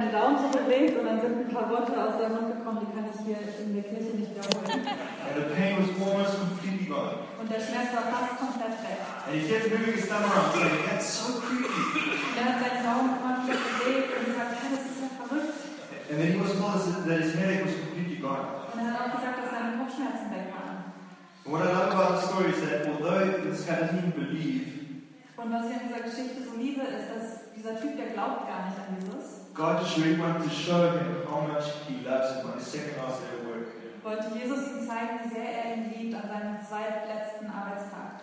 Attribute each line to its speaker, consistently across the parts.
Speaker 1: meinen Daumen zurückgelegt und dann sind ein paar Worte aus seinem Mund gekommen, die kann ich hier in der Kirche nicht wiederholen.
Speaker 2: And the pain was almost completely gone.
Speaker 1: Und der Schmerz war fast komplett weg.
Speaker 2: And he kept moving his thumb around, saying, That's so creepy.
Speaker 1: Und er hat seinen Daumen immer wieder bewegt und gesagt, ja, das ist ja verrückt.
Speaker 2: And then he was told that his headache was completely gone.
Speaker 1: Und er hat auch gesagt, dass seine Kopfschmerzen weg waren.
Speaker 2: And what I love about the story is that although this guy doesn't even believe,
Speaker 1: Und was ich an dieser Geschichte so liebe, ist, dass dieser Typ, der glaubt gar nicht an Jesus,
Speaker 2: God just really wanted to show him how much he loves him on his second last day of work.
Speaker 1: wollte Jesus ihm zeigen, wie sehr er ihn liebt an seinem zweitletzten Arbeitstag.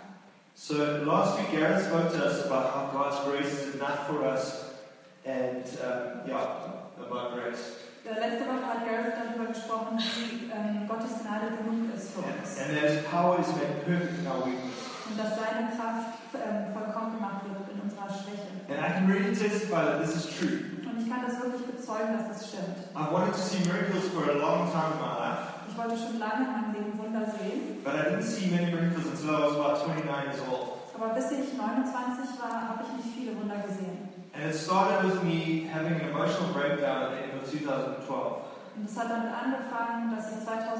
Speaker 2: So last week, Garrett spoke to us about how God's grace is enough for us, and um, yeah, about grace.
Speaker 1: Äh, Letzte Woche hat Gareth darüber gesprochen, wie ähm, Gottes Gnade genug ist für
Speaker 2: And,
Speaker 1: uns.
Speaker 2: and that His power is made perfect in our weakness.
Speaker 1: Und dass seine Kraft ähm, vollkommen gemacht wird in unserer Schwäche.
Speaker 2: And I can really testify that this is true.
Speaker 1: Und ich kann das wirklich bezeugen, dass das stimmt.
Speaker 2: I've wanted to see miracles for a long time in my life,
Speaker 1: Ich wollte schon lange in meinem Leben Wunder sehen,
Speaker 2: but I didn't see many miracles until I was about 29 years old.
Speaker 1: aber bis ich 29 war, habe ich nicht viele Wunder gesehen.
Speaker 2: And it started with me having an emotional breakdown at the end of 2012.
Speaker 1: Und es hat damit angefangen, dass ich 2012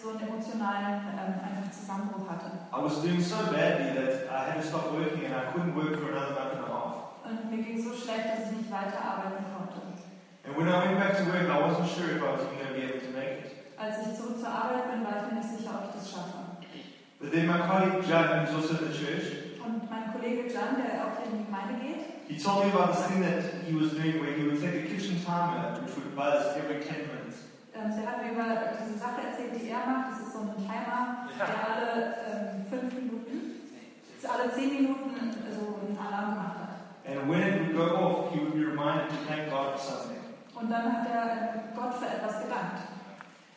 Speaker 1: so einen emotionalen ähm, einfach Zusammenbruch hatte.
Speaker 2: I was doing so badly that I had to stop working and I couldn't work for another month and a half.
Speaker 1: Und mir ging es so schlecht, dass ich nicht weiterarbeiten konnte.
Speaker 2: And when I went back to work, I wasn't sure if I was even going to be able to make it.
Speaker 1: Als ich zurück zur Arbeit bin, war ich mir nicht sicher, ob ich das schaffe.
Speaker 2: But then my colleague Judd, who's also at the church,
Speaker 1: Und mein Kollege Jan, der auch hier in die Gemeinde geht,
Speaker 2: he told me about this thing that he was doing where he would take a kitchen timer, which would buzz every 10 minutes.
Speaker 1: ähm, der hat mir über diese Sache erzählt, die er macht. Das ist so ein Timer, der alle ähm, fünf Minuten, also alle zehn Minuten so einen Alarm gemacht hat.
Speaker 2: And when it would go off, he would be reminded to thank God for something.
Speaker 1: Und dann hat er ähm, Gott für etwas gedankt.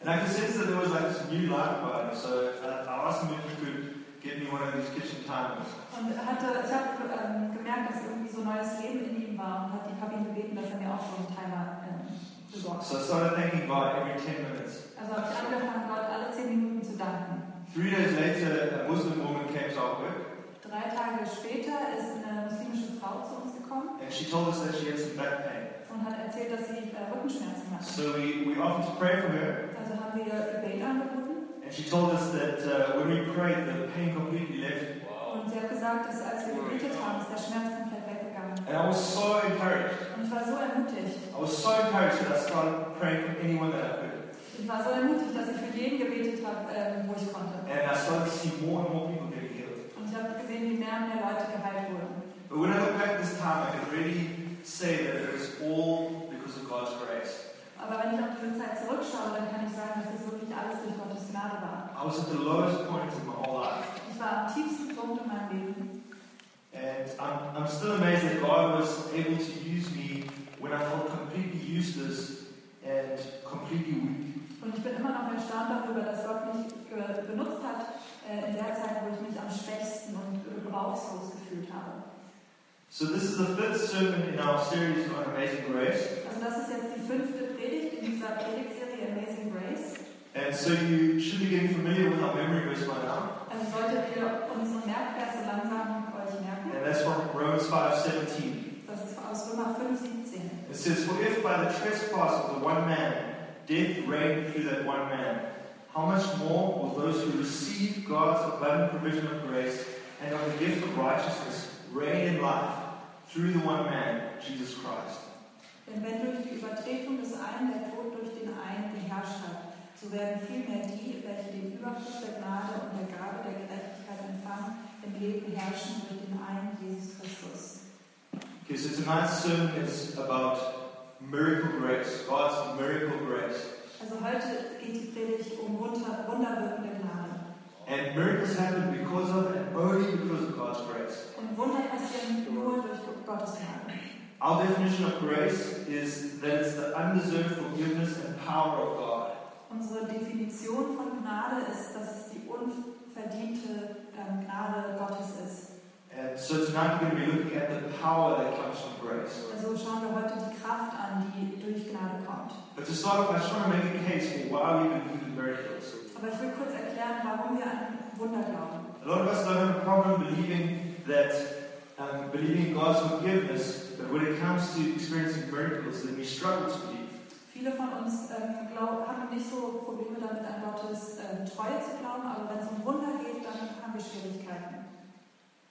Speaker 2: And I could sense that there was like this new light about him, so I I asked him if he could get me one of these kitchen timers.
Speaker 1: Und er hatte, ich habe ähm, gemerkt, dass irgendwie so neues Leben in ihm war und hat- ich habe ihn gebeten, dass er mir auch so einen Timer ähm, besorgt.
Speaker 2: So I started thanking God every 10 minutes.
Speaker 1: Also habe ich angefangen, Gott alle zehn Minuten zu danken.
Speaker 2: Three days later, a Muslim woman came to our work,
Speaker 1: Drei Tage später ist eine muslimische Frau zu uns gekommen.
Speaker 2: and she told us that she had some back pain.
Speaker 1: und hat erzählt, dass sie äh, Rückenschmerzen hat.
Speaker 2: So we, we offered to pray for her,
Speaker 1: Also haben wir ihr Gebet angeboten
Speaker 2: and she told us that uh, when we prayed, the pain completely left.
Speaker 1: und sie hat gesagt, dass als wir gebetet haben, ist der Schmerz komplett weggegangen.
Speaker 2: And I was so encouraged.
Speaker 1: Und ich war so ermutigt.
Speaker 2: I was so encouraged that I started praying for anyone that I could.
Speaker 1: Ich war so ermutigt, dass ich für jeden gebetet habe, ähm, wo ich konnte.
Speaker 2: And I started to see more and more people getting healed.
Speaker 1: Und ich habe gesehen, wie mehr und mehr Leute geheilt wurden.
Speaker 2: But when I look back this time, I can really say that it was all because of God's grace.
Speaker 1: Aber wenn ich auf diese Zeit zurückschaue, dann kann ich sagen, dass es wirklich alles durch Gottes Gnade war.
Speaker 2: I was at the lowest point in my whole life.
Speaker 1: Ich war am tiefsten Punkt in meinem Leben.
Speaker 2: And I'm, I'm still amazed that God was able to use me when I felt completely useless and completely weak.
Speaker 1: Und ich bin immer noch erstaunt darüber, dass Gott mich äh, benutzt hat äh, in der Zeit, wo ich mich am schwächsten und gebrauchslos gefühlt habe.
Speaker 2: So this is the fifth sermon in our series on Amazing Grace.
Speaker 1: Also das ist jetzt die fünfte Predigt in dieser Predigtserie Amazing Grace.
Speaker 2: And so you should be getting familiar with our memory verse by now.
Speaker 1: Also solltet ihr unsere Merkverse langsam euch merken.
Speaker 2: And that's from Romans 5:17.
Speaker 1: Das ist aus Römer 5, 17.
Speaker 2: It says, For if by the trespass of the one man death reigned through that one man, how much more will those who receive God's abundant provision of grace and of the gift of righteousness reign in life through the one man, Jesus Christ?
Speaker 1: Denn wenn durch die Übertretung des einen der Tod durch den einen geherrscht hat, so werden vielmehr die, welche den Überfluss der Gnade und der Gabe der Gerechtigkeit empfangen, im Leben herrschen durch den einen Jesus Christus.
Speaker 2: Okay, so tonight's sermon is about miracle grace, God's miracle grace.
Speaker 1: Also heute geht die Predigt um Wunder, wunderwirkende Gnade.
Speaker 2: And miracles happen because of and only because of God's grace.
Speaker 1: Und Wunder passieren nur durch Gottes Gnade.
Speaker 2: Our definition of grace is that it's the undeserved forgiveness and power of God.
Speaker 1: Unsere Definition von Gnade ist, dass es die unverdiente ähm, Gnade Gottes ist.
Speaker 2: And so tonight we're going to be looking at the power that comes from grace.
Speaker 1: Also schauen wir heute die Kraft an, die durch Gnade kommt.
Speaker 2: But to start off, I just want to make a case for why we believe in miracles.
Speaker 1: Aber ich will kurz erklären, warum wir an Wunder glauben.
Speaker 2: A lot of us don't have a problem believing that um, believing in God's forgiveness But when it comes to experiencing miracles, then we struggle to believe.
Speaker 1: Viele von uns ähm, glaub, haben nicht so Probleme damit, an Gottes ähm, Treue zu glauben, aber wenn es um Wunder geht, dann haben wir Schwierigkeiten.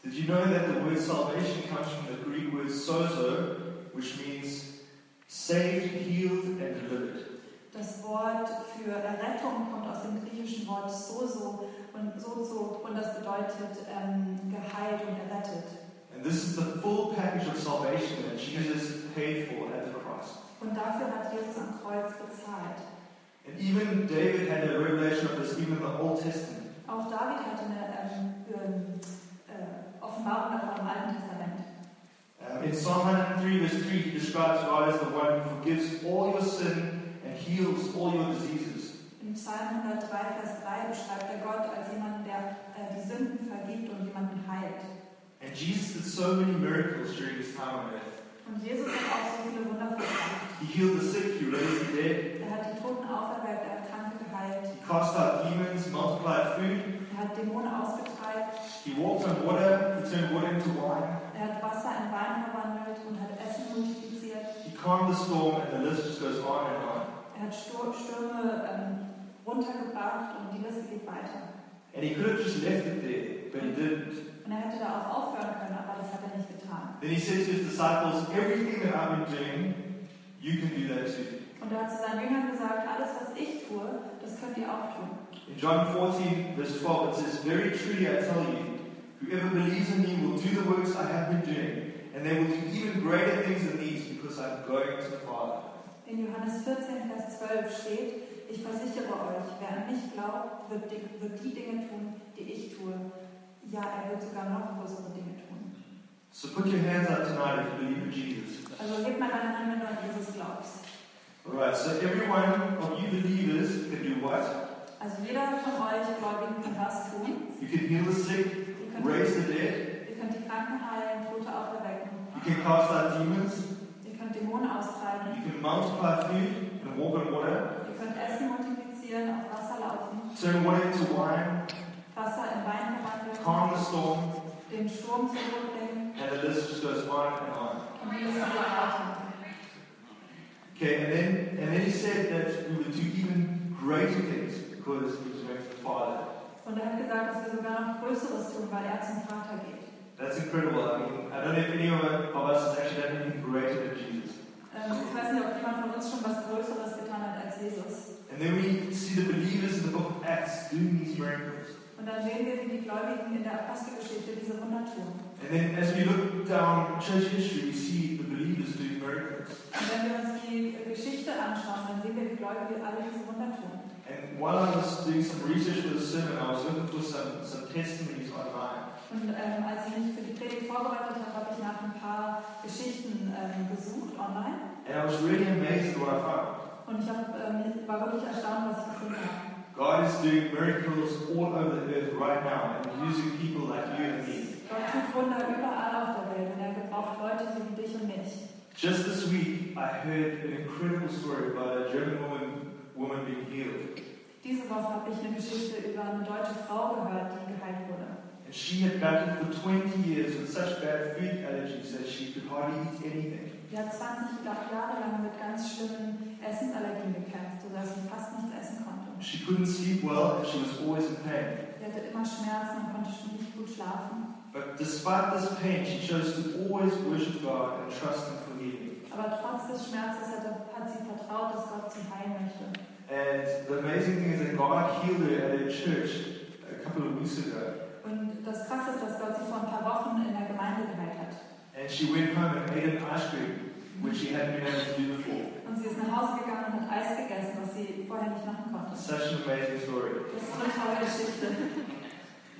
Speaker 2: Did you know that the word salvation comes from the Greek word sozo, which means saved, healed, and delivered?
Speaker 1: Das Wort für Errettung kommt aus dem griechischen Wort sozo und sozo und das bedeutet ähm, geheilt und errettet.
Speaker 2: And this is the full package of salvation that Jesus paid for at the cross.
Speaker 1: Und dafür hat Jesus am Kreuz bezahlt.
Speaker 2: And even David had a revelation of this, even in the Old Testament.
Speaker 1: Auch David hatte eine ähm, ähm, äh, Offenbarung davon im Alten Testament.
Speaker 2: Um, in Psalm 103, verse 3, he describes God as the one who forgives all your sin and heals all your diseases.
Speaker 1: Im Psalm 103, Vers 3 beschreibt er Gott als jemanden, der äh, die Sünden vergibt und jemanden heilt.
Speaker 2: And Jesus did so many miracles during his time on earth.
Speaker 1: Und Jesus hat auch so viele Wunder verbracht.
Speaker 2: He healed the sick, he raised the dead,
Speaker 1: Er hat die Toten auferweckt, er hat Kranke geheilt,
Speaker 2: he cast out demons, multiplied food,
Speaker 1: er hat Dämonen ausgetreibt,
Speaker 2: he walked on water, he turned water into wine,
Speaker 1: er hat Wasser in Wein verwandelt und hat Essen multipliziert,
Speaker 2: he calmed the storm, and the list just goes on and on.
Speaker 1: er hat Stur- Stürme ähm, runtergebracht und die Liste geht weiter.
Speaker 2: And he could have just left it there, but he didn't.
Speaker 1: Und er hätte darauf aufhören können, aber das hat er nicht getan.
Speaker 2: Then he said to his disciples, Everything that I've been doing, you can do that too.
Speaker 1: Und er hat zu seinen Jüngern gesagt, alles was ich tue, das könnt ihr auch tun.
Speaker 2: In John 14, verse 12, it says, Very truly I tell you, whoever believes in me will do the works I have been doing, and they will do even greater things than these, because I'm going to the Father.
Speaker 1: In Johannes 14, Vers 12 steht, ich versichere euch, wer an mich glaubt, wird die, wird die Dinge tun, die ich tue. Ja, er wird sogar noch größere Dinge tun.
Speaker 2: So put your hands up tonight if you believe in Jesus.
Speaker 1: Also gib mal deine Hand, wenn du an Jesus glaubst.
Speaker 2: Alright, so every one of you believers can do what?
Speaker 1: Also jeder von euch Gläubigen kann was tun.
Speaker 2: You can heal the sick,
Speaker 1: Ihr könnt,
Speaker 2: raise the dead,
Speaker 1: ihr könnt die Kranken heilen, Tote auferwecken.
Speaker 2: you can cast out demons,
Speaker 1: Ihr könnt Dämonen
Speaker 2: you
Speaker 1: austreiben.
Speaker 2: can multiply food and walk on water,
Speaker 1: Ihr könnt Essen multiplizieren, auf Wasser laufen,
Speaker 2: turn water into wine,
Speaker 1: Wasser in Wein verwandeln,
Speaker 2: calm the storm,
Speaker 1: den Sturm zur Ruhe bringen
Speaker 2: and the list just goes on and on.
Speaker 1: und die Liste geht weiter.
Speaker 2: Okay, and then and then he said that we would do even greater things because he was going to the Father.
Speaker 1: Und er hat gesagt, dass wir sogar noch Größeres tun, weil er zum Vater geht.
Speaker 2: That's incredible. I mean, I don't know if any of us has actually done anything greater than Jesus.
Speaker 1: Ähm, ich weiß nicht, ob jemand von uns schon was Größeres getan hat als Jesus.
Speaker 2: And then we see the believers in the book of Acts doing these miracles.
Speaker 1: Und dann sehen wir, wie die Gläubigen in der Apostelgeschichte diese Wunder tun.
Speaker 2: And then as we look down church history, we see the believers doing miracles.
Speaker 1: Und wenn wir uns die Geschichte anschauen, dann sehen wir, wie Gläubige alle diese Wunder tun.
Speaker 2: And while I was doing some research for the sermon, I was looking for some, some testimonies online.
Speaker 1: Und ähm, als ich mich für die Predigt vorbereitet habe, habe ich nach ein paar Geschichten ähm, gesucht online.
Speaker 2: And I was really amazed at what I found.
Speaker 1: Und ich hab, ähm, ich war wirklich erstaunt, was ich gefunden habe.
Speaker 2: God is doing miracles all over the earth right now and using people like you and me.
Speaker 1: Gott tut Wunder überall auf der Welt und er gebraucht Leute so wie dich und mich.
Speaker 2: Just this week, I heard an incredible story about a German woman, woman being healed.
Speaker 1: Diese Woche habe ich eine Geschichte über eine deutsche Frau gehört, die geheilt wurde.
Speaker 2: And she had battled for 20 years with such bad food allergies that she could hardly eat anything.
Speaker 1: Die hat 20 Jahre Jahre lang mit ganz schlimmen Essensallergien gekämpft, sodass sie fast nichts essen konnte.
Speaker 2: She couldn't sleep well and she was always in pain.
Speaker 1: Sie hatte immer Schmerzen und konnte schon nicht gut schlafen.
Speaker 2: But despite this pain, she chose to always worship God and trust Him for healing.
Speaker 1: Aber trotz des Schmerzes hat, hat sie vertraut, dass Gott sie heilen möchte.
Speaker 2: And the amazing thing is that God healed her at her church a couple of weeks ago.
Speaker 1: Und das Krasse ist, dass Gott sie vor ein paar Wochen in der Gemeinde geheilt hat.
Speaker 2: And she went home and ate an ice cream, which she hadn't been able to do before.
Speaker 1: Und sie ist nach Hause gegangen und hat Eis gegessen, was sie vorher nicht machen konnte.
Speaker 2: Such an amazing story.
Speaker 1: Das ist so eine tolle Geschichte.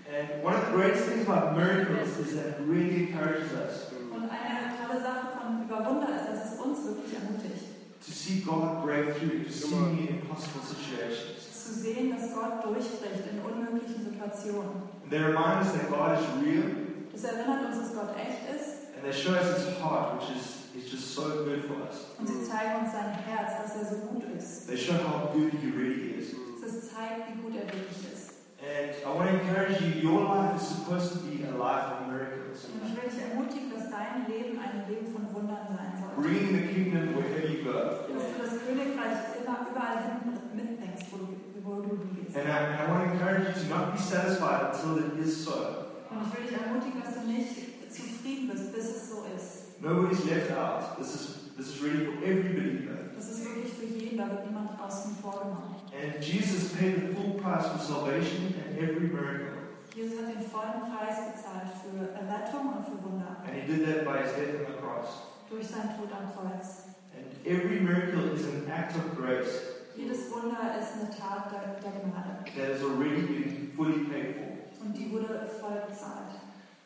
Speaker 2: And one of the greatest things about miracles is that it really encourages us
Speaker 1: Und eine tolle Sache von über Wunder ist, dass es uns wirklich ermutigt.
Speaker 2: to see God break through, to see me in impossible situations.
Speaker 1: zu sehen, dass Gott durchbricht in unmöglichen Situationen.
Speaker 2: And they remind us that God is real,
Speaker 1: Das erinnert uns, dass Gott echt ist
Speaker 2: and they show us His heart, which is, is just so good for us.
Speaker 1: und sie zeigen uns sein Herz, dass er so gut ist.
Speaker 2: They show how good He really is.
Speaker 1: Es zeigt, wie gut er wirklich ist.
Speaker 2: And I want to encourage you, your life is supposed to be a life of miracles.
Speaker 1: Und ich will dich ermutigen, dass dein dein Leben ein Leben von Wundern sein sollte.
Speaker 2: bringing the kingdom wherever you go.
Speaker 1: Dass du das Königreich immer überall hin mitbringst, wo du, wo du hingehst.
Speaker 2: And I, I want to encourage you to not be satisfied until it is so.
Speaker 1: Und ich will dich ermutigen, dass du nicht zufrieden bist, bis es so ist.
Speaker 2: Nobody's left out. This is this is really for every believer.
Speaker 1: Das ist wirklich für jeden, da wird niemand außen vor gemacht.
Speaker 2: And Jesus paid the full price for salvation and every miracle.
Speaker 1: Jesus hat den vollen Preis bezahlt für Errettung und für Wunder
Speaker 2: And he did that by his death on the cross.
Speaker 1: durch seinen Tod am Kreuz.
Speaker 2: And every miracle is an act of grace
Speaker 1: Jedes Wunder ist eine Tat der, der Gnade
Speaker 2: that has already been fully paid for.
Speaker 1: und die wurde voll bezahlt.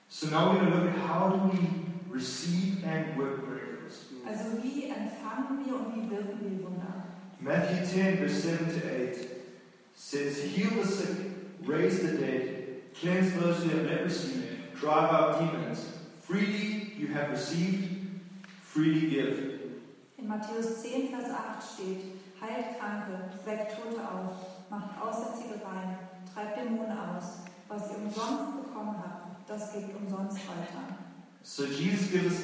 Speaker 2: So now we're going to look at how do we receive and work miracles.
Speaker 1: Also wie empfangen wir und wie wirken wir Wunder?
Speaker 2: Matthew 10, verse 7 to 8 says, Heal the sick, raise the dead, cleanse those who have leprosy, drive out demons. Freely you have received, freely give.
Speaker 1: In Matthäus 10, Vers 8 steht, heilt Kranke, weckt Tote auf, macht Aussätzige rein, treibt Dämonen aus. Was ihr umsonst bekommen habt, das gebt umsonst weiter.
Speaker 2: So Jesus gives us,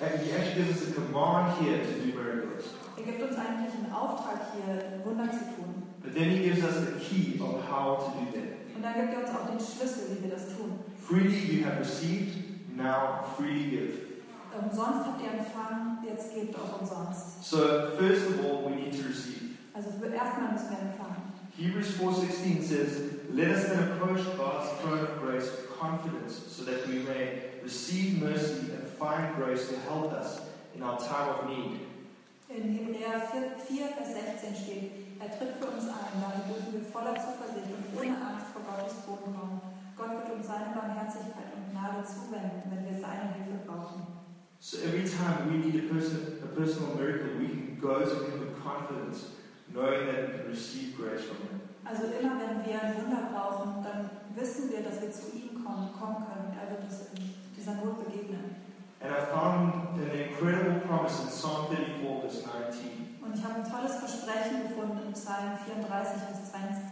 Speaker 2: and he actually gives us a command here to do miracles.
Speaker 1: Er gibt uns eigentlich einen Auftrag hier, Wunder zu tun.
Speaker 2: But then he gives us the key of how to do that.
Speaker 1: Und dann gibt er uns auch den Schlüssel, wie wir das tun.
Speaker 2: Freely you have received, now freely give.
Speaker 1: Umsonst habt ihr empfangen, jetzt gebt auch umsonst.
Speaker 2: So first of all, we need to receive.
Speaker 1: Also erstmal müssen wir empfangen.
Speaker 2: Hebrews 4:16 says, "Let us then approach God's throne of grace with confidence, so that we may receive mercy and find grace to help us in our time of need."
Speaker 1: In Hebräer 4, 4, Vers 16 steht, er tritt für uns ein, daher dürfen wir voller Zuversicht und ohne Angst vor Gottes Thron kommen. Gott wird uns seine Barmherzigkeit und Gnade zuwenden, wenn wir seine Hilfe brauchen.
Speaker 2: So every time we need a person, a personal miracle, we can go to Him with confidence, knowing that we can receive grace from Him.
Speaker 1: Also immer wenn wir ein Wunder brauchen, dann wissen wir, dass wir zu ihm kommen, kommen können. Er wird uns in dieser Not begegnen.
Speaker 2: And I found an incredible promise in Psalm 34, verse 19.
Speaker 1: Und ich habe ein tolles Versprechen gefunden in Psalm 34, Vers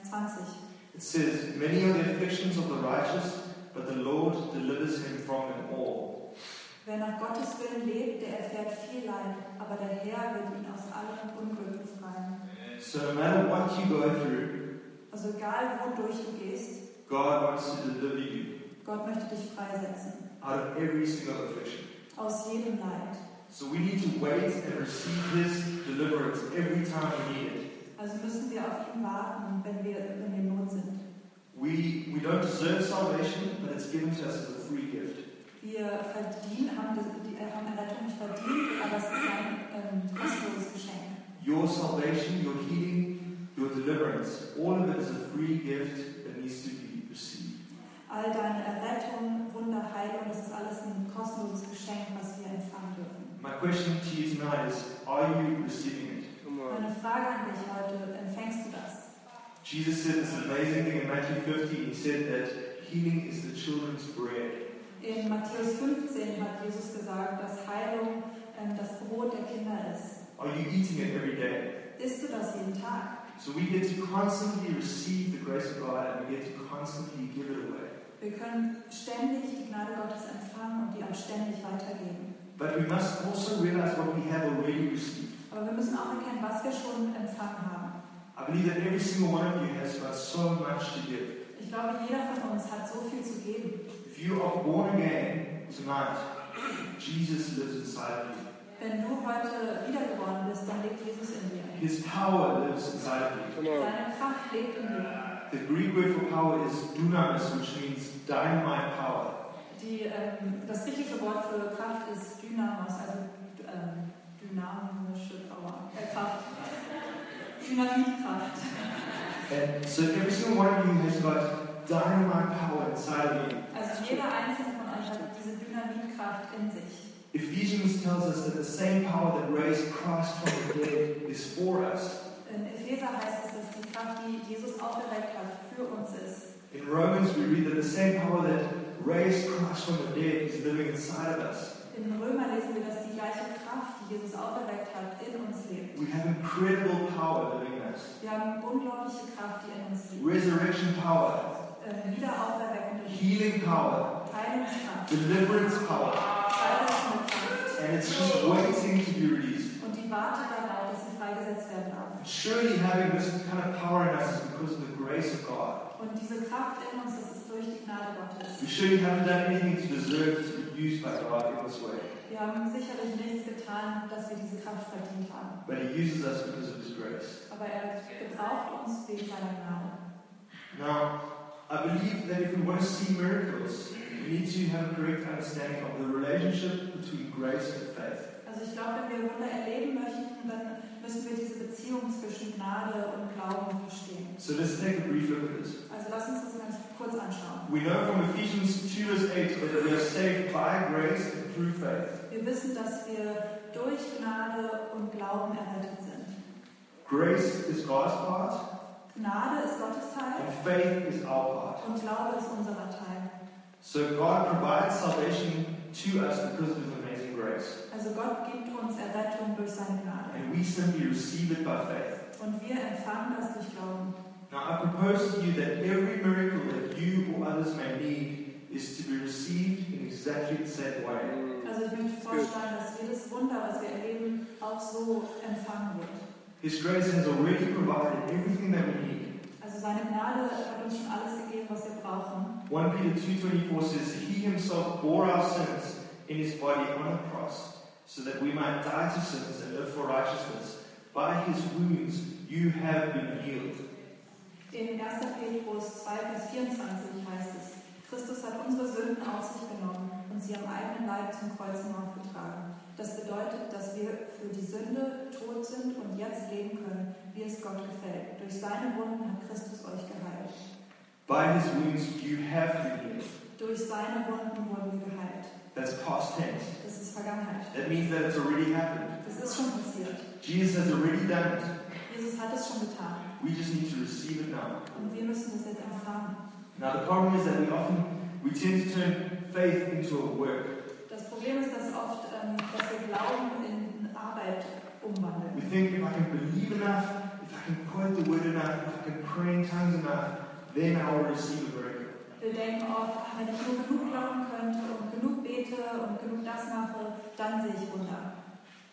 Speaker 1: 20.
Speaker 2: It says, "Many are the afflictions of the righteous, but the Lord delivers him from them all."
Speaker 1: Wer nach Gottes Willen lebt, der erfährt viel Leid, aber der Herr wird ihn aus allem Unglück befreien.
Speaker 2: So no matter what you go through,
Speaker 1: Also egal wodurch du gehst,
Speaker 2: God wants to deliver you
Speaker 1: Gott möchte dich freisetzen
Speaker 2: out of every single affliction.
Speaker 1: aus jedem Leid.
Speaker 2: So we need to wait and receive His deliverance every time we need it.
Speaker 1: Also müssen wir auf ihn warten, wenn wir, wenn wir in Not sind.
Speaker 2: We, we don't deserve salvation, but it's given to us as a free gift.
Speaker 1: Wir verdienen, haben, das, die, äh, haben Errettung nicht verdient, aber es ist ein ähm, kostenloses Geschenk.
Speaker 2: Your salvation, your healing, your deliverance, all of it is a free gift that needs to be received.
Speaker 1: All deine Errettung, Wunder, Heilung, das ist alles ein kostenloses Geschenk, was wir empfangen dürfen.
Speaker 2: My question to you tonight is Are you receiving it?
Speaker 1: Meine Frage an dich heute, empfängst du das?
Speaker 2: Jesus said this amazing thing in Matthew 15. He said that healing is the children's bread.
Speaker 1: In Matthäus 15 hat Jesus gesagt, dass Heilung ähm, das Brot der Kinder ist.
Speaker 2: Are you eating it every day?
Speaker 1: Isst du das jeden Tag?
Speaker 2: So we get to constantly receive the grace of God and we get to constantly give it away.
Speaker 1: Wir können ständig die Gnade Gottes empfangen und die auch ständig weitergeben.
Speaker 2: But we must also realize what we have already received.
Speaker 1: Aber wir müssen auch erkennen, was wir schon empfangen haben.
Speaker 2: I believe that every single one of you has got so much to give.
Speaker 1: Ich glaube, jeder von uns hat so viel zu geben.
Speaker 2: If you are born again tonight, Jesus lives inside of you.
Speaker 1: Wenn du heute wiedergeboren bist, dann lebt Jesus in dir.
Speaker 2: His power lives inside of you.
Speaker 1: Seine Kraft lebt in dir.
Speaker 2: The Greek word for power is dunamis, which means dynamite power.
Speaker 1: Die, ähm, das griechische Wort für Kraft ist Dynamos, also ähm, dynamische Power. Äh, Kraft. Dynamitkraft.
Speaker 2: And so every single one of you has got dynamite power inside of you.
Speaker 1: Also jeder einzelne von euch hat diese Dynamitkraft in sich.
Speaker 2: Ephesians tells us that the same power that raised Christ from the dead is for us.
Speaker 1: In Epheser heißt es, dass die Kraft, die Jesus auferweckt hat, für uns ist.
Speaker 2: In Romans, we read that the same power that raised Christ from the dead is living inside of us.
Speaker 1: In Römer lesen wir, dass die gleiche Kraft, die Jesus auferweckt hat, in uns lebt.
Speaker 2: We have incredible power living in us.
Speaker 1: Wir haben unglaubliche Kraft, die in uns lebt.
Speaker 2: Resurrection power,
Speaker 1: Äh, Wiederauferweckende
Speaker 2: healing power,
Speaker 1: Heilungskraft,
Speaker 2: deliverance power.
Speaker 1: Heilungsmittel,
Speaker 2: and it's just waiting to be released.
Speaker 1: Und die wartet darauf, dass sie freigesetzt werden darf.
Speaker 2: Surely having this kind of power in us is because of the grace of God.
Speaker 1: Und diese Kraft in uns, das ist durch die Gnade Gottes.
Speaker 2: We surely haven't done anything to deserve to be used by God in this way.
Speaker 1: Wir haben sicherlich nichts getan, dass wir diese Kraft verdient haben.
Speaker 2: But He uses us because of His grace.
Speaker 1: Aber er gebraucht uns wegen seiner Gnade.
Speaker 2: Now, I believe that if we want to see miracles, we need to have a correct understanding of the relationship between grace and faith.
Speaker 1: Also ich glaube, wenn wir Wunder erleben möchten, dann müssen wir diese Beziehung zwischen Gnade und Glauben verstehen.
Speaker 2: So let's take a brief look at this.
Speaker 1: Also lass uns das ganz kurz anschauen.
Speaker 2: We know from Ephesians 2 verse 8 that we are saved by grace and through faith.
Speaker 1: Wir wissen, dass wir durch Gnade und Glauben errettet sind.
Speaker 2: Grace is God's part,
Speaker 1: Gnade ist Gottes Teil
Speaker 2: and faith is our part.
Speaker 1: und Glaube ist unserer Teil.
Speaker 2: So God provides salvation to us because of His amazing grace,
Speaker 1: Also Gott gibt uns Errettung durch seine Gnade.
Speaker 2: and we simply receive it by faith.
Speaker 1: Und wir empfangen das durch Glauben.
Speaker 2: Now I propose to you that every miracle that you or others may need is to be received in exactly the same way.
Speaker 1: Also ich möchte vorstellen, dass jedes Wunder, was wir erleben, auch so empfangen wird.
Speaker 2: His grace has already provided everything that we need.
Speaker 1: Also seine Gnade hat uns schon alles gegeben, was wir brauchen.
Speaker 2: 1 Peter 2.24 says, He himself bore our sins in his body on the cross, so that we might die to sins and live for righteousness. By his wounds you have been healed.
Speaker 1: In 1. Petrus 2, Vers 24 heißt es, Christus hat unsere Sünden auf sich genommen und sie am eigenen Leib zum Kreuz hinaufgetragen. Das bedeutet, dass wir für die Sünde tot sind und jetzt leben können, wie es Gott gefällt. Durch seine Wunden hat Christus euch geheilt.
Speaker 2: By his wounds you have been healed.
Speaker 1: Durch seine Wunden wurden wir geheilt.
Speaker 2: That's past tense.
Speaker 1: Das ist Vergangenheit.
Speaker 2: That means that it's already happened.
Speaker 1: Das ist schon passiert.
Speaker 2: Jesus has already done it.
Speaker 1: Jesus hat es schon getan
Speaker 2: We just need to receive it now.
Speaker 1: und wir müssen das jetzt empfangen.
Speaker 2: Now the problem is that we often we tend to turn faith into a work.
Speaker 1: Das Problem ist, dass oft, ähm, dass wir Glauben in Arbeit umwandeln.
Speaker 2: We think if I can believe enough, if I can quote the word enough, if I can pray in tongues enough, then I will receive a miracle.
Speaker 1: Wir denken oft, ach, wenn ich nur genug glauben könnte und genug bete und genug das mache, dann sehe ich Wunder.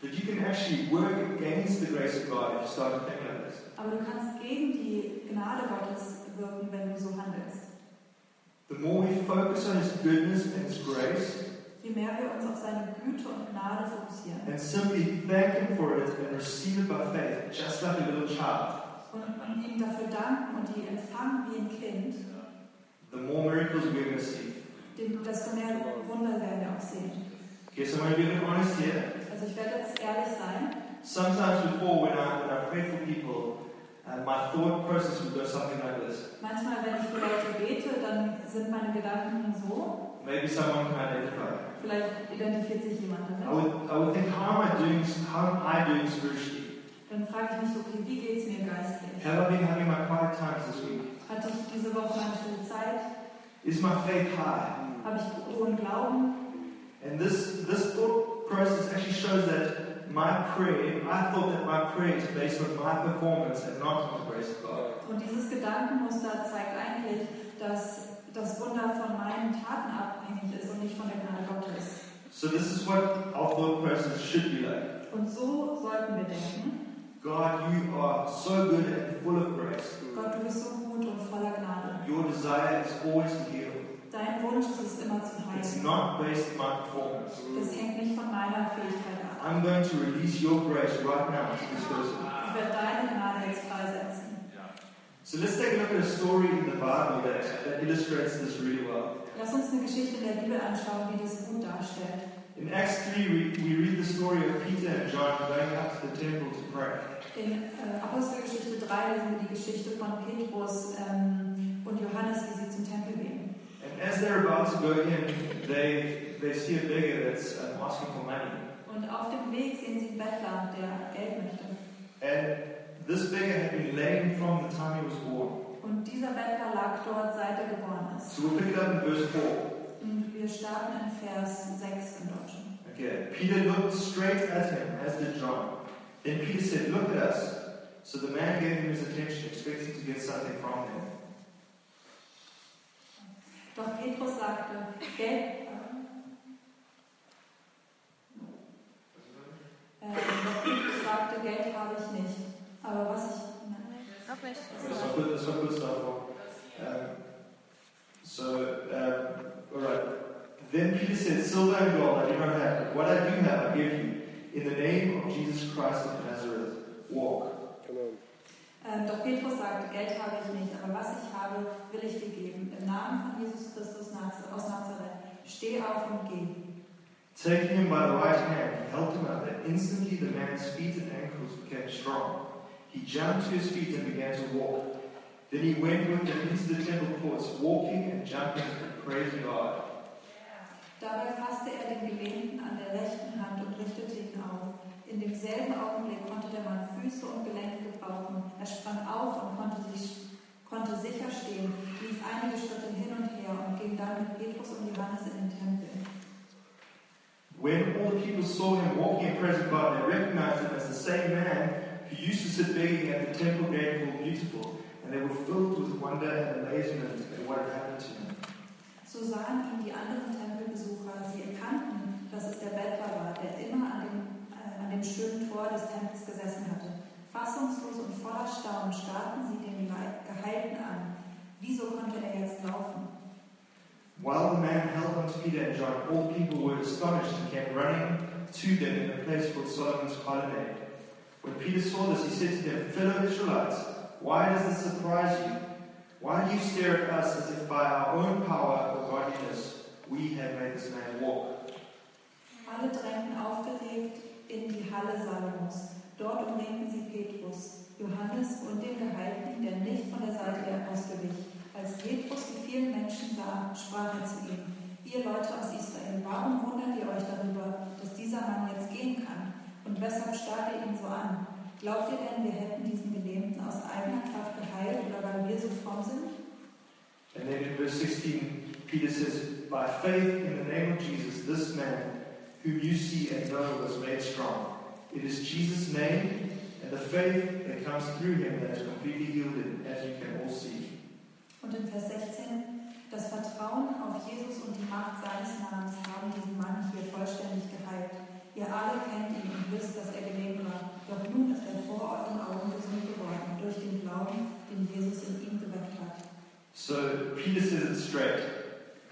Speaker 2: But you can actually work against the grace of God if you start to think like this.
Speaker 1: Aber du kannst gegen die Gnade Gottes wirken, wenn du so handelst.
Speaker 2: The more we focus on His goodness and His grace,
Speaker 1: Je mehr wir uns auf seine Güte und Gnade fokussieren
Speaker 2: and simply thank Him for it and receive it by faith, just like a little child,
Speaker 1: und ihm dafür danken und die empfangen wie ein Kind,
Speaker 2: the more miracles we're going to see.
Speaker 1: dem- desto mehr Wunder werden wir auch sehen.
Speaker 2: Okay, so I'm going to be a bit honest here.
Speaker 1: Also ich werde jetzt ehrlich sein.
Speaker 2: Sometimes before, when I, when I pray for people, uh, my thought process would go something like this.
Speaker 1: Manchmal, wenn ich für Leute bete, dann sind meine Gedanken so.
Speaker 2: Maybe someone can identify.
Speaker 1: Vielleicht identifiziert sich jemand
Speaker 2: I
Speaker 1: damit.
Speaker 2: would, I would think, how am I doing? How am I doing spiritually?
Speaker 1: Dann frage ich mich, okay, wie geht's mir geistlich?
Speaker 2: Have I been having my quiet times this week?
Speaker 1: Hatte ich diese Woche eine schöne Zeit?
Speaker 2: Is my faith high?
Speaker 1: Habe ich hohen Glauben?
Speaker 2: And this this thought process actually shows that my prayer, I thought that my prayer is based on my performance and not on the grace of God.
Speaker 1: Und dieses Gedankenmuster zeigt eigentlich, dass das Wunder von meinen Taten abhängig ist und nicht von der Gnade Gottes.
Speaker 2: So this is what our thought process should be like.
Speaker 1: Und so sollten wir denken.
Speaker 2: God, you are so good and full of grace.
Speaker 1: Gott, du bist so gut und voller Gnade.
Speaker 2: Your desire is always to heal.
Speaker 1: Dein Wunsch ist es immer zu heilen.
Speaker 2: It's not based on my performance.
Speaker 1: Das hängt nicht von meiner Fähigkeit ab.
Speaker 2: I'm going to release your grace right now to this person.
Speaker 1: Ich werde deine Gnade jetzt freisetzen.
Speaker 2: So let's take a look at a story in the Bible that, that illustrates this really well.
Speaker 1: Lass uns eine Geschichte in der Bibel anschauen, die das gut darstellt.
Speaker 2: In Acts 3, we, we read the story of Peter and John going up to the temple to pray.
Speaker 1: In äh, Apostelgeschichte 3 lesen wir die Geschichte von Petrus ähm, und Johannes, wie sie zum Tempel gehen.
Speaker 2: And as they're about to go in, they, they see a beggar that's um, asking for money.
Speaker 1: Und auf dem Weg sehen sie einen Bettler, der Geld möchte.
Speaker 2: And this beggar had been lame from the time he was born.
Speaker 1: Und dieser Bettler lag dort, seit er geboren ist.
Speaker 2: So we'll pick it up in verse 4.
Speaker 1: Und wir starten in Vers 6 im Deutschen.
Speaker 2: Okay. Peter looked straight at him, as did John. Then Peter said, Look at us. So the man gave him his attention, expecting to get something from him.
Speaker 1: Doch Petrus sagte, Geld. Äh, der König sagte, Geld habe ich nicht. Aber was ich. ne? Nein.
Speaker 3: Noch nicht.
Speaker 2: Okay, so I put this, I put stuff on. Um, so, um, all right. Then Peter said, Silver and gold I do not have, but what I do have I give you. In the name of Jesus Christ of Nazareth, walk.
Speaker 4: Come on.
Speaker 1: Ähm, doch Petrus sagte, Geld habe ich nicht, aber was ich habe, will ich dir geben. Im Namen von Jesus Christus Naz- aus Nazareth, steh auf und geh.
Speaker 2: Taking him by the right hand, he held him up, and instantly the man's feet and ankles became strong. He jumped to his feet and began to walk. Then he went with them into the temple courts, walking and jumping and praising God.
Speaker 1: Dabei fasste er den Gelähmten an der rechten Hand und richtete ihn auf. In demselben Augenblick konnte der Mann Füße und Gelenke gebrauchen. Er sprang auf und konnte, sich, konnte sicher stehen, lief einige Schritte hin und her und ging dann mit Petrus und Johannes in den Tempel.
Speaker 2: When all the people saw him walking and praising God, they recognized him as the same man who used to sit begging at the temple gate called Beautiful, and they were filled with wonder and amazement at what had happened to him.
Speaker 1: So sahen ihn die anderen Tempelbesucher. Sie erkannten, dass es der Bettler war, der immer an dem, äh, an dem schönen Tor des Tempels gesessen hatte. Fassungslos und voller Staunen starrten sie den Leib- Geheilten an. Wieso konnte er jetzt laufen?
Speaker 2: While the man held on to Peter and John, all the people were astonished and came running to them in a place called Solomon's Colonnade. When Peter saw this, he said to them, Fellow Israelites, why does this surprise you? Why do you stare at us as if by our own power or godliness we have made this man walk?
Speaker 1: Alle drängten aufgeregt in die Halle Salomos. Dort umringten sie Petrus, Johannes und den Geheilten, der nicht von der Seite der Apostel wich. Als Petrus die vielen Menschen sah, sprach er zu ihm: Ihr Leute aus Israel, warum wundert ihr euch darüber, dass dieser Mann jetzt gehen kann? Und weshalb starrt ihr ihn so an? Glaubt ihr denn, wir hätten diesen Gelähmten aus eigener Kraft geheilt oder weil wir so fromm sind?
Speaker 2: And then in verse 16, Peter says, By faith in the name of Jesus, this man, whom you see and know, was made strong. It is Jesus' name and the faith that comes through him that has completely healed him, as you can all see.
Speaker 1: Und in Vers 16, das Vertrauen auf Jesus und die Macht seines Namens haben diesen Mann hier vollständig geheilt. Ihr alle kennt ihn und wisst, dass er gelähmt war. Doch nun ist er vor euren Augen gesund geworden durch den Glauben, den Jesus in ihm geweckt hat.
Speaker 2: So Peter says it straight.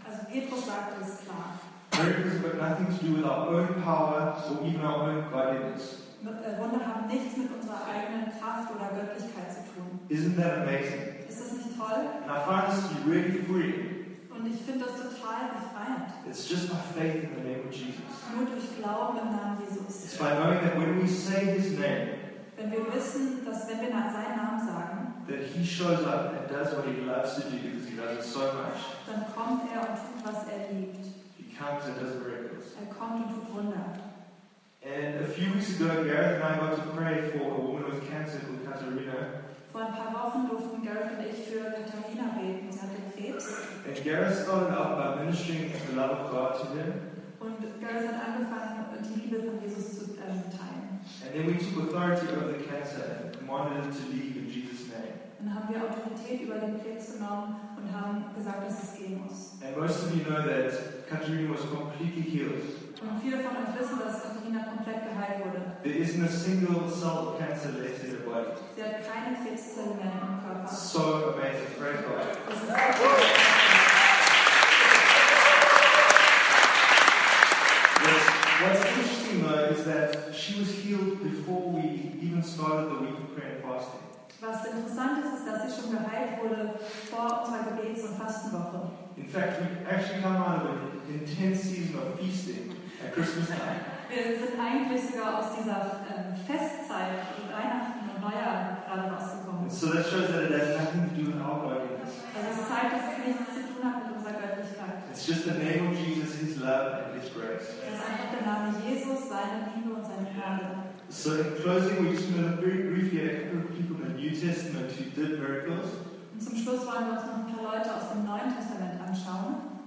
Speaker 1: Also Petrus sagte es klar.
Speaker 2: Miracles have got nothing to do with our own power or even our own godliness.
Speaker 1: Äh, Wunder haben nichts mit unserer eigenen Kraft oder Göttlichkeit zu tun.
Speaker 2: Isn't that amazing?
Speaker 1: Ist das nicht toll?
Speaker 2: And I find this to be really freeing.
Speaker 1: Und ich finde das total befreiend.
Speaker 2: It's just by faith in the name of Jesus.
Speaker 1: Nur durch Glauben im Namen
Speaker 2: It's
Speaker 1: Jesus.
Speaker 2: by knowing that when we say his name,
Speaker 1: Wenn wir wissen, dass wenn wir nach seinem Namen sagen,
Speaker 2: that he shows up and does what he loves to do because he loves it so much.
Speaker 1: Dann kommt er und tut, was er liebt.
Speaker 2: He comes and does miracles.
Speaker 1: Er kommt und tut Wunder.
Speaker 2: And a few weeks ago, Gareth and I got to pray for a woman with cancer called Katarina.
Speaker 1: Vor ein paar Wochen durften Gareth und ich für Katharina beten. Sie hatte Krebs.
Speaker 2: And Gareth started out by ministering the love of God to her.
Speaker 1: Und Gareth hat angefangen, die Liebe von Jesus zu ähm, teilen.
Speaker 2: And then we took authority over the cancer and commanded it to leave in Jesus' name.
Speaker 1: Dann haben wir Autorität über den Krebs genommen und haben gesagt, dass es gehen muss.
Speaker 2: And most of you know that Katarina was completely healed.
Speaker 1: Und viele von euch wissen, dass Katharina komplett geheilt wurde.
Speaker 2: There isn't a single cell of cancer left in her body.
Speaker 1: Sie hat keine Krebszellen mehr im Körper. Das
Speaker 2: So amazing. Praise God.
Speaker 1: ist
Speaker 2: What's what's interesting though is that she was healed before we even started the week of prayer and fasting.
Speaker 1: was interessant ist, ist, dass sie schon geheilt wurde vor unserer Gebets- und Fastenwoche.
Speaker 2: In fact, we actually come out of an intense season of feasting at Christmas time.
Speaker 1: Wir sind eigentlich sogar aus dieser ähm, Festzeit, die Weihnachten und Neujahr gerade rausgekommen.
Speaker 2: And so that shows that it has nothing to do with our godliness.
Speaker 1: Also es zeigt, dass es nichts zu tun hat mit unserer Göttlichkeit.
Speaker 2: It's just the name of Jesus, His love, and His grace.
Speaker 1: Es ist einfach der Name Jesus, seine Liebe und seine Gnade.
Speaker 2: So in closing, we're just going to very briefly at a couple of people in the New Testament who did miracles.
Speaker 1: Und zum Schluss wollen wir uns noch ein paar Leute aus dem Neuen Testament anschauen.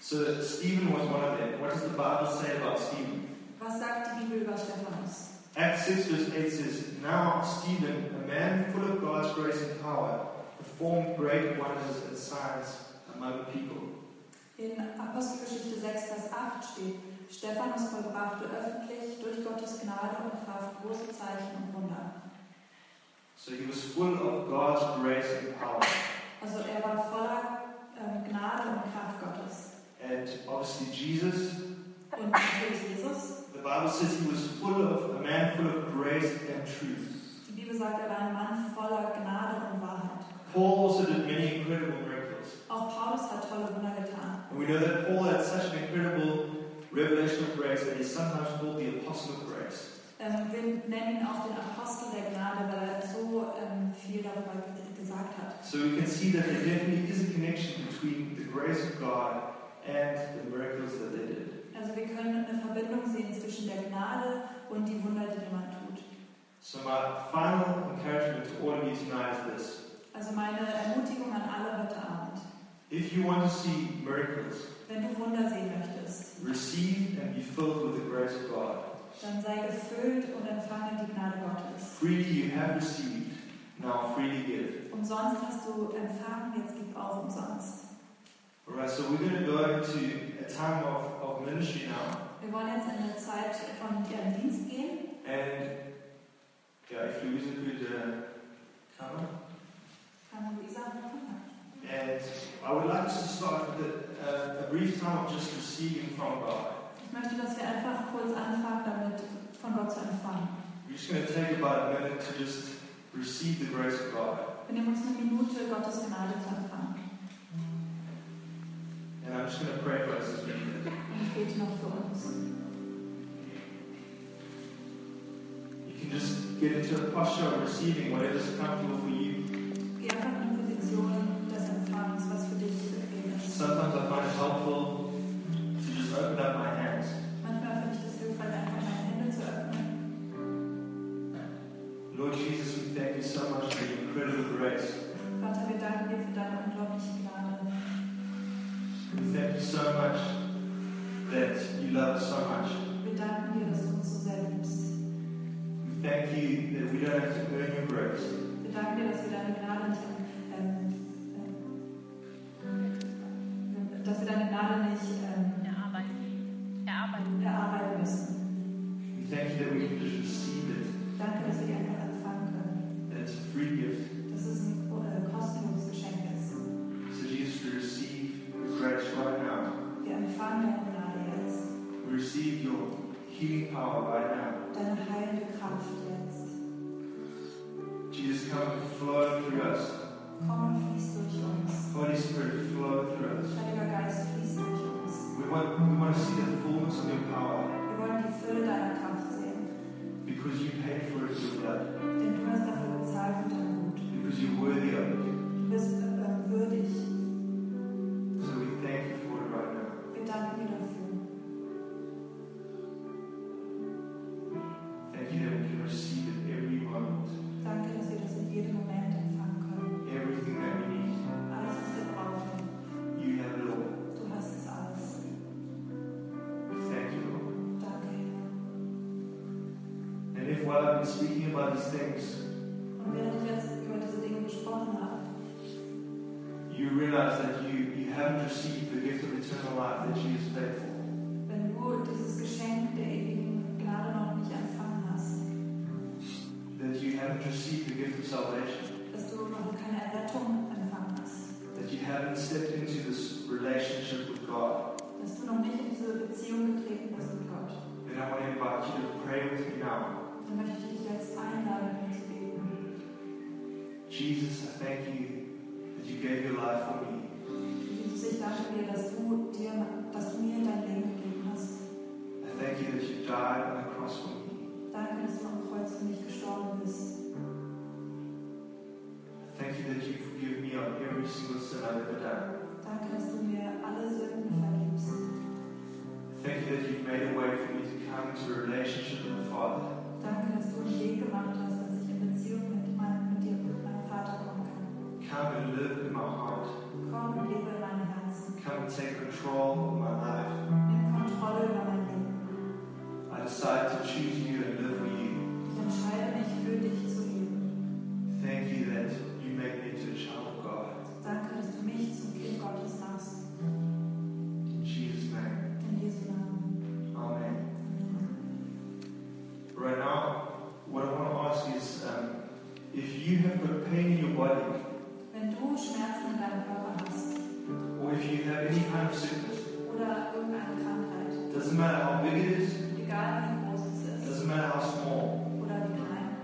Speaker 2: So Stephen was one of them. What does the Bible say about Stephen?
Speaker 1: Was sagt die Bibel über Stephanus?
Speaker 2: Acts 6 verse 8 says, Now Stephen, a man full of God's grace and power, performed great wonders and signs among the people.
Speaker 1: In Apostelgeschichte 6, Vers 8 steht, Stephanus vollbrachte öffentlich durch Gottes Gnade und Kraft große Zeichen und Wunder.
Speaker 2: So he was full of God's grace and power.
Speaker 1: Also er war voller ähm, Gnade und Kraft Gottes.
Speaker 2: And obviously, Jesus,
Speaker 1: Und natürlich Jesus,
Speaker 2: the Bible says he was full of a man full of grace and truth.
Speaker 1: die Bibel sagt, er war ein Mann voller Gnade und Wahrheit.
Speaker 2: Paul also did many incredible miracles.
Speaker 1: Auch Paulus hat tolle Wunder getan.
Speaker 2: And we know that Paul had such an incredible revelation of grace that he's sometimes called the apostle of grace.
Speaker 1: Ähm, wir nennen ihn auch den Apostel der Gnade, weil er so ähm, viel darüber ge- gesagt hat.
Speaker 2: So we can see that there definitely is a connection between the grace of God and the miracles that they did.
Speaker 1: Also wir können eine Verbindung sehen zwischen der Gnade und die Wunder, die jemand tut.
Speaker 2: So my final encouragement to all of you tonight is this.
Speaker 1: Also meine Ermutigung an alle heute Abend.
Speaker 2: If you want to see miracles,
Speaker 1: Wenn du Wunder sehen möchtest,
Speaker 2: receive and be filled with the grace of God.
Speaker 1: dann sei gefüllt und empfange die Gnade Gottes.
Speaker 2: Freely you have received, now freely give.
Speaker 1: Umsonst hast du empfangen, jetzt gib auch umsonst.
Speaker 2: Alright, so we're going to go into a time of, of ministry now.
Speaker 1: Wir wollen jetzt in eine Zeit von ihrem Dienst gehen.
Speaker 2: And yeah, if Louisa could uh, come up.
Speaker 1: Kann Luisa machen?
Speaker 2: And I would like us to start with a, uh, a brief time of just receiving from God.
Speaker 1: Ich möchte, dass wir einfach kurz anfangen, damit von Gott zu empfangen.
Speaker 2: We're just going to take about a minute to just receive the grace of God.
Speaker 1: Wir nehmen uns eine Minute, Gottes Gnade zu empfangen.
Speaker 2: And I'm just going to pray for us as we do that.
Speaker 1: Und ich bete noch für uns.
Speaker 2: You can just get into a posture of receiving whatever's comfortable for you.
Speaker 1: Geh einfach in die Position des Empfangens, was für dich gegeben ist.
Speaker 2: Sometimes I find it helpful to just open up my hands.
Speaker 1: Manchmal finde ich es hilfreich, einfach meine Hände zu öffnen.
Speaker 2: Lord Jesus, we thank you so much for your incredible grace.
Speaker 1: Vater, wir danken dir für deine unglaubliche Gnade.
Speaker 2: We thank you so much that you love us so much.
Speaker 1: Wir danken dir, dass du uns so sehr liebst.
Speaker 2: We thank you that we don't have to earn your grace.
Speaker 1: Wir danken dir, dass wir deine Gnade nicht, ähm, ähm, dass wir deine Gnade nicht ähm,
Speaker 3: erarbeiten. Erarbeiten.
Speaker 1: erarbeiten müssen.
Speaker 2: We thank you that we can just receive it.
Speaker 1: Danke, dass wir die einfach empfangen können.
Speaker 2: That it's a free gift.
Speaker 1: Dass es ein äh, kostenloses Geschenk ist.
Speaker 2: So Jesus, we receive your grace right now.
Speaker 1: Wir empfangen deine Gnade jetzt.
Speaker 2: We receive your healing power right now.
Speaker 1: Deine heilende Kraft jetzt.
Speaker 2: Jesus, come and flow through us.
Speaker 1: Komm und fließ durch uns.
Speaker 2: Holy Spirit, flow through us.
Speaker 1: Heiliger Geist, fließ durch uns.
Speaker 2: We want, we want to see the fullness of your power
Speaker 1: Wir wollen die Fülle deiner Kraft sehen,
Speaker 2: because you paid for it with your blood.
Speaker 1: denn du hast dafür bezahlt mit deinem Blut.
Speaker 2: Because you're worthy of it.
Speaker 1: Du bist äh, würdig.
Speaker 2: So we thank you for it right now.
Speaker 1: Wir danken dir dafür.
Speaker 2: Thank you that we can receive it every moment,
Speaker 1: Danke, dass wir das in jedem Moment empfangen
Speaker 2: everything that we need.
Speaker 1: können. Alles, was wir brauchen,
Speaker 2: You have it all.
Speaker 1: du hast es alles.
Speaker 2: Thank you,
Speaker 1: Danke.
Speaker 2: Lord. And if while I've been speaking about these things,
Speaker 1: Und während ich jetzt über diese Dinge gesprochen habe,
Speaker 2: you realize that you, you haven't received the gift of eternal life, that she is faithful.
Speaker 1: wenn du dieses Geschenk der ewigen Gnade noch nicht empfangen hast,
Speaker 2: That you haven't received the gift of salvation.
Speaker 1: dass du noch keine Errettung empfangen hast,
Speaker 2: That you haven't stepped into this relationship with God.
Speaker 1: dass du noch nicht in diese Beziehung getreten bist mit Gott,
Speaker 2: Then I want to invite you to pray with me now.
Speaker 1: dann möchte ich dich jetzt einladen, mir zu beten.
Speaker 2: Jesus, I thank you that you gave your life for me.
Speaker 1: Jesus, ich danke dir, dass du, dir, dass du mir dein Leben gegeben hast.
Speaker 2: I thank you that you died on the cross for me.
Speaker 1: Danke, dass du am Kreuz für mich gestorben bist.
Speaker 2: I thank you that you forgive me of every single sin I've ever done.
Speaker 1: Danke, dass du mir alle Sünden vergibst.
Speaker 2: I thank you that you've made a way for me to come into a relationship with the Father.
Speaker 1: Danke, dass du einen Weg gemacht hast, dass ich in Beziehung mit, meinem, mit dir, mit meinem Vater kommen kann.
Speaker 2: Come and live in my heart.
Speaker 1: Komm und lebe in meinem Herzen.
Speaker 2: Come and take control of my life.
Speaker 1: Nimm Kontrolle über mein Leben.
Speaker 2: I decide to choose you and live for you.
Speaker 1: Ich entscheide mich für dich zu leben.
Speaker 2: Thank you that you make me into a child of God.
Speaker 1: Danke, dass du mich zum Kind Gottes machst.
Speaker 2: In Jesus' name.
Speaker 1: In Jesu Namen.
Speaker 2: Amen. um, If you have got pain in your body,
Speaker 1: Wenn du Schmerzen in deinem Körper hast
Speaker 2: or if you have any kind of sickness,
Speaker 1: oder irgendeine Krankheit,
Speaker 2: doesn't matter how big it is,
Speaker 1: egal wie groß es ist
Speaker 2: doesn't matter how small,
Speaker 1: oder wie klein,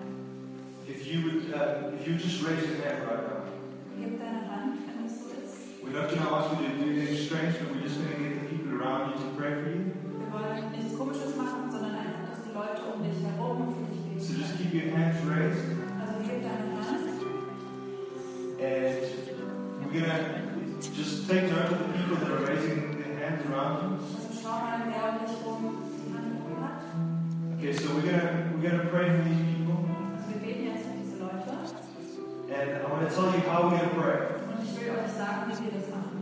Speaker 2: if you would, uh, if you just raise your hand right now,
Speaker 1: gib deine Hand, wenn es so ist.
Speaker 2: we're not going to ask you to do anything strange, but we're just going to get the people around you to pray for you.
Speaker 1: Wir wollen nichts Komisches machen, sondern einfach, dass die Leute um dich herum für dich
Speaker 2: So
Speaker 1: beten.
Speaker 2: just keep your hands raised,
Speaker 1: Also gib deine Hand.
Speaker 2: and we're going to just take note of the people that are raising their hands around you.
Speaker 1: Also schau mal, wer um dich herum die Hand herum hat.
Speaker 2: Okay, so we're gonna we're gonna pray for these people,
Speaker 1: Also wir beten jetzt für diese Leute.
Speaker 2: and I want to tell you how we're gonna pray.
Speaker 1: Und ich will euch sagen, wie wir das machen.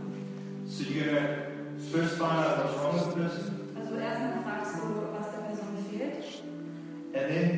Speaker 2: So you're gonna first find out what's wrong with the person,
Speaker 1: Also erstmal fragst du, was der Person fehlt.
Speaker 2: and then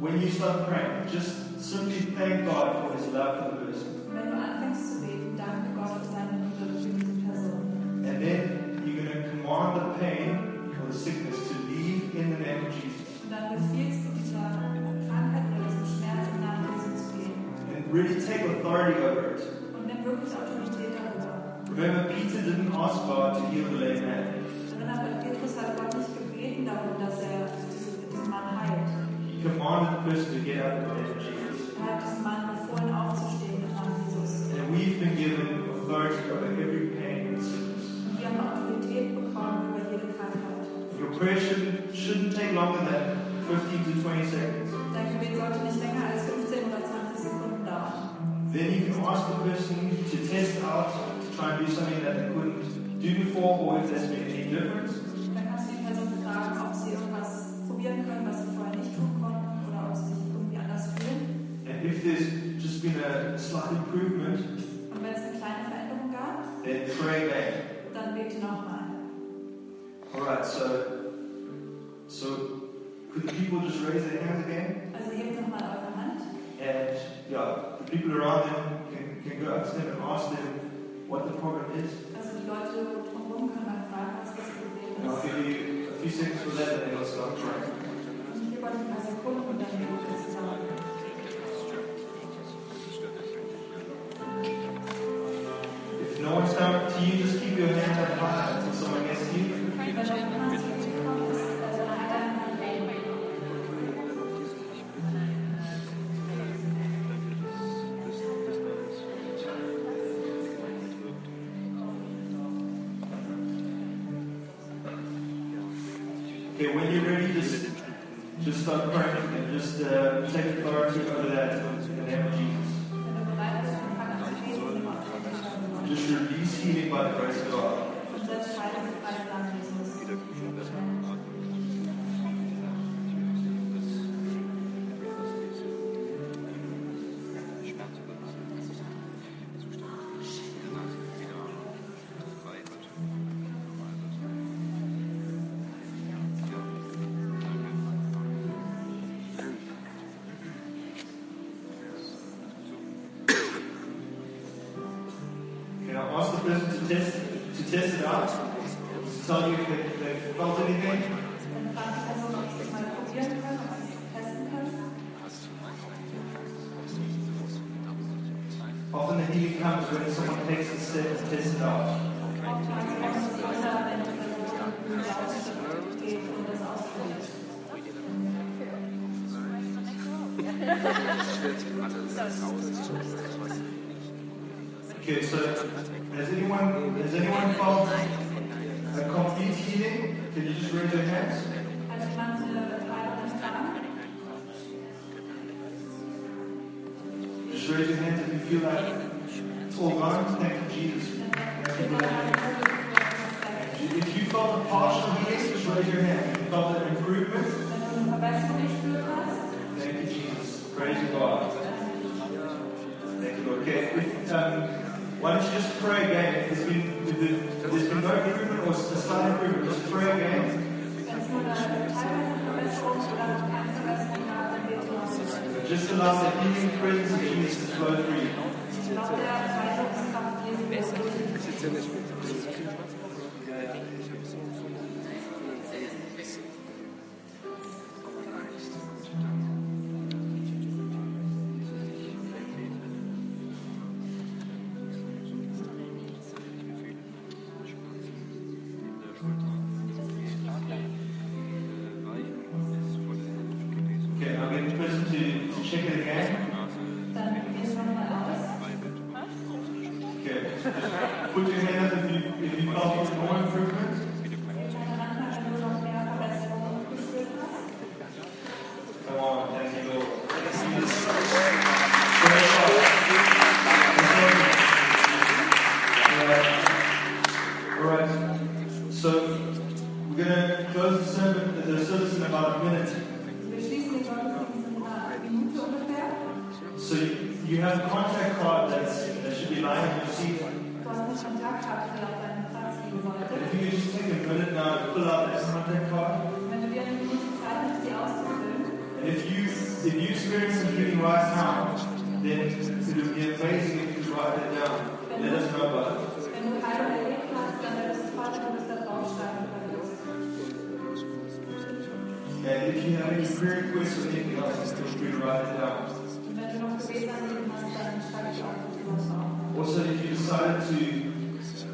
Speaker 2: when you start praying, just simply thank God for His love for the person,
Speaker 1: Und Wenn du anfängst zu beten, danke Gott für seine Liebe für diese Person.
Speaker 2: and then you're gonna command the pain or the sickness to leave in the name of Jesus,
Speaker 1: Und dann befiehlst du dieser Krankheit oder diesem Schmerz im Namen Jesu zu gehen.
Speaker 2: and really take authority over it.
Speaker 1: Und nimm wirklich Autorität darüber.
Speaker 2: Remember, Peter didn't ask God to heal the lame man;
Speaker 1: Erinnert euch, Petrus hat Gott nicht gebeten darum, dass er diese- diesen Mann heilt.
Speaker 2: he commanded the person to get up in the name of Jesus.
Speaker 1: Er hat diesem Mann befohlen, aufzustehen im Namen Jesus.
Speaker 2: And we've been given authority over every pain and sickness.
Speaker 1: Und wir haben Autorität bekommen über jede Krankheit.
Speaker 2: Your prayer shouldn't, shouldn't take longer than 15 to 20 seconds.
Speaker 1: Dein Gebet sollte nicht länger als 15 oder 20 Sekunden dauern.
Speaker 2: Then you can ask the person to test out, to try and do something that they couldn't do before, or if there's made any difference.
Speaker 1: Dann kannst du die Person fragen, ob sie irgendwas probieren können, was sie vorher nicht tun konnten oder ob sie sich irgendwie anders fühlen.
Speaker 2: And if there's just been a slight improvement,
Speaker 1: Und wenn es eine kleine Veränderung gab,
Speaker 2: then pray again.
Speaker 1: dann bete nochmal.
Speaker 2: Alright, so, so could the people just raise their hands again?
Speaker 1: Also hebt nochmal eure Hand.
Speaker 2: And yeah, the people around them can, can go up to them and ask them what the problem is.
Speaker 1: Also die Leute drumherum können mal fragen, was das
Speaker 2: And I'll
Speaker 1: Problem
Speaker 2: give you a few seconds for that and then I'll start
Speaker 1: ist.
Speaker 2: praying.
Speaker 1: Und ich gebe euch ein paar Sekunden und dann bete ich zusammen.
Speaker 2: If no one's come to you, just keep your hand up high until someone gets to you.
Speaker 1: Wenn euch jemand zu dir gekommen ist, also halt deine Hand hoch.
Speaker 2: Okay, when you're ready, just just start praying and just uh, take authority over that in the name of Jesus.
Speaker 1: Wenn du bereit bist, dann fang an zu beten. nimm auf die Hand.
Speaker 2: Just release healing by the grace of God.
Speaker 1: Und setz Heilung frei im Namen Jesus.
Speaker 2: Can I ask the person to test to test it out? To tell you if they, they felt anything?
Speaker 1: Dann fragt die Person, ob sie es mal probieren können, ob sie es testen können.
Speaker 2: Often the healing comes when someone takes a step and tests it out.
Speaker 1: Oftmals kommt es besser, wenn die Person über Ausschnitt geht und das ausprobiert.
Speaker 2: Okay, so has anyone has anyone felt a complete healing? Can you just raise your hands?
Speaker 1: Hat jemand eine Heilung empfangen?
Speaker 2: Just raise your hands if you feel like it's all gone. Thank you, Jesus.
Speaker 1: Dann sagt die Person, "Ja, das ist
Speaker 2: If you felt a partial healing, just raise your hand. If you felt an improvement,
Speaker 1: perfekt." Wenn du eine Verbesserung gespürt hast,
Speaker 2: thank you, Jesus. Praise you, God. Thank you, Lord. Okay, if, um, why don't you just pray again? If there's been, if there- if there's been no improvement or a slight improvement, just pray again.
Speaker 1: wenn es nur eine teilweise Verbesserung oder noch keine Verbesserung gab, dann bete noch.
Speaker 2: Just allow the healing presence of Jesus to flow through you.
Speaker 1: Laut der Weisungskraft Jesu beruhigt.
Speaker 2: So you, you have a contract card that's, that should be lying on your seat.
Speaker 1: Du hast eine Kontaktkarte, die auf deinem Platz liegen sollte.
Speaker 2: And if you could just take a minute now to fill out that contact card.
Speaker 1: Wenn du dir eine gute Zeit nimmst, die auszufüllen,
Speaker 2: And if you if you experience some healing right now, then it would be amazing if you could write that down. Let us know about it.
Speaker 1: wenn du Heilung erlebt hast, dann wird es toll, wenn du es da draufschreiben könntest.
Speaker 2: And if you have any prayer requests or anything else, feel free to write it down.
Speaker 1: Und wenn du noch Gebetsanliegen hast, dann schreib ich auch die Worte auf.
Speaker 2: Also, if you decided to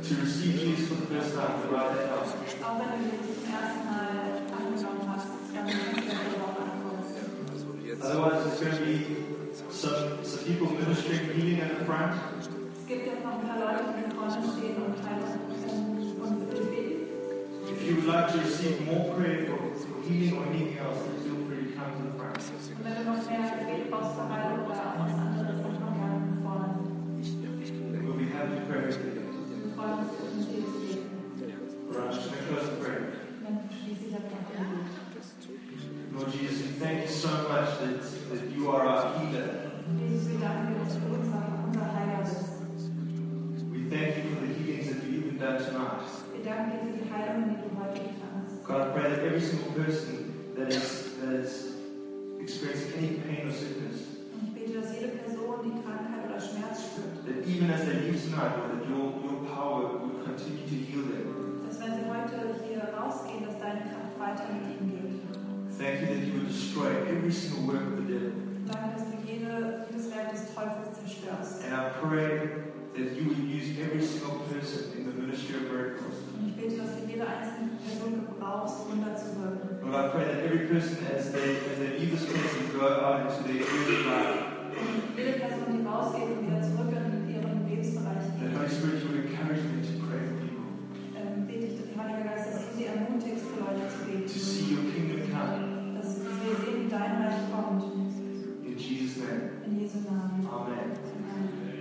Speaker 2: to receive Jesus for the first time, write that down.
Speaker 1: Auch wenn du dich zum ersten Mal angenommen hast, dann kannst du dir auch angucken.
Speaker 2: Otherwise, there's going to be some, some people ministering healing at the front.
Speaker 1: Es gibt ja noch ein paar Leute, die vorne stehen und Heilung können und für dich beten.
Speaker 2: If you would like to receive more prayer for, for healing or anything else, then feel free to come to the front.
Speaker 1: Und wenn du noch mehr Gebet brauchst für Heilung oder auch was anderes, dann komm gerne vorne.
Speaker 2: We'll be happy to pray with you.
Speaker 1: Wir freuen uns, dich mit dir zu beten.
Speaker 2: All right, I'm just going to close the prayer.
Speaker 1: Dann schließe ich das noch an.
Speaker 2: Lord Jesus, we thank you so much that, that you are our healer.
Speaker 1: Jesus, wir danken dir, dass du unser, unser Heiler bist.
Speaker 2: We thank you for the healings that you've even done tonight.
Speaker 1: Wir danken dir für die Heilung, die du heute getan hast.
Speaker 2: God, I pray that every single person that is, that is experiencing any pain or sickness,
Speaker 1: Und ich bete, dass jede Person, die Krankheit oder Schmerz spürt,
Speaker 2: that even as they leave tonight, Lord, that your, your power would continue to heal them.
Speaker 1: dass wenn sie heute hier rausgehen, dass deine Kraft weiter mit ihnen geht.
Speaker 2: Thank you that you would destroy every single work of the devil.
Speaker 1: Danke, dass du jede, jedes Werk des Teufels zerstörst.
Speaker 2: And I pray that you would use every single person in the ministry of miracles.
Speaker 1: Und ich bete, dass du jede einzelne Person gebrauchst, um Wunder zu wirken.
Speaker 2: Lord, I pray that every person, as they, as they leave this place and go out into their everyday life,
Speaker 1: Und jede Person, die rausgeht und wieder zurück in ihren Lebensbereich
Speaker 2: that
Speaker 1: geht,
Speaker 2: Holy Spirit, you would encourage them to pray for people,
Speaker 1: ähm, bete ich, Heiliger Geist, dass du sie ermutigst, für Leute zu
Speaker 2: to
Speaker 1: beten.
Speaker 2: see your kingdom come.
Speaker 1: Dass wir sehen, wie dein Reich kommt.
Speaker 2: In Jesus' name,
Speaker 1: In Jesu Namen.
Speaker 2: Amen.
Speaker 1: Amen.